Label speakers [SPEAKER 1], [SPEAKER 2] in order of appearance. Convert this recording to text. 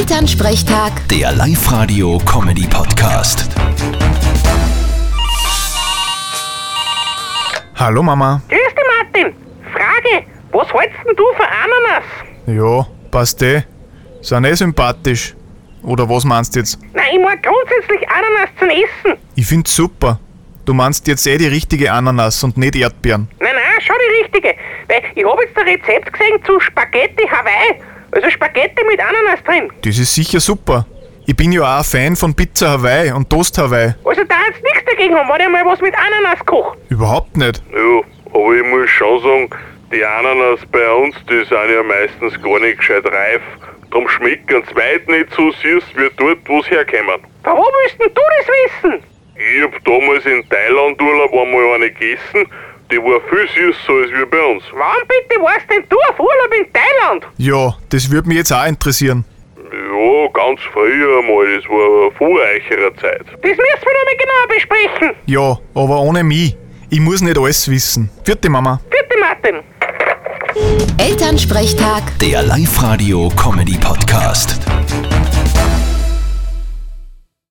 [SPEAKER 1] Elternsprechtag,
[SPEAKER 2] Der Live-Radio-Comedy-Podcast.
[SPEAKER 3] Hallo Mama.
[SPEAKER 4] Grüß dich, Martin. Frage, was hältst denn du von Ananas?
[SPEAKER 3] Ja, passt eh. Sind eh sympathisch. Oder was meinst jetzt?
[SPEAKER 4] Nein, ich mag grundsätzlich Ananas zum Essen.
[SPEAKER 3] Ich find's super. Du meinst jetzt eh die richtige Ananas und nicht Erdbeeren.
[SPEAKER 4] Nein, nein, schon die richtige. Weil ich habe jetzt ein Rezept gesehen zu Spaghetti Hawaii. Also Spaghetti mit Ananas drin.
[SPEAKER 3] Das ist sicher super. Ich bin ja auch ein Fan von Pizza Hawaii und Toast Hawaii.
[SPEAKER 4] Also da hat's nichts dagegen haben, wenn ich mal was mit Ananas koche.
[SPEAKER 3] Überhaupt nicht.
[SPEAKER 5] Ja, aber ich muss schon sagen, die Ananas bei uns, die sind ja meistens gar nicht gescheit reif. Drum schmecken sie weit nicht so süß wie dort, wo sie herkommen.
[SPEAKER 4] Von wo willst denn du das wissen?
[SPEAKER 5] Ich hab damals in Thailand Urlaub einmal eine gegessen, die war viel süßer als wir bei uns.
[SPEAKER 4] Wann bitte warst denn du auf Urlaub in Thailand?
[SPEAKER 3] Ja, das würde mich jetzt auch interessieren.
[SPEAKER 5] Ja, ganz früher einmal, das war eine vorreicherer Zeit.
[SPEAKER 4] Das müssen wir noch mal genauer besprechen.
[SPEAKER 3] Ja, aber ohne mich. Ich muss nicht alles wissen. Vierte Mama.
[SPEAKER 4] Bitte, Martin.
[SPEAKER 1] Elternsprechtag.
[SPEAKER 2] Der Live-Radio-Comedy-Podcast.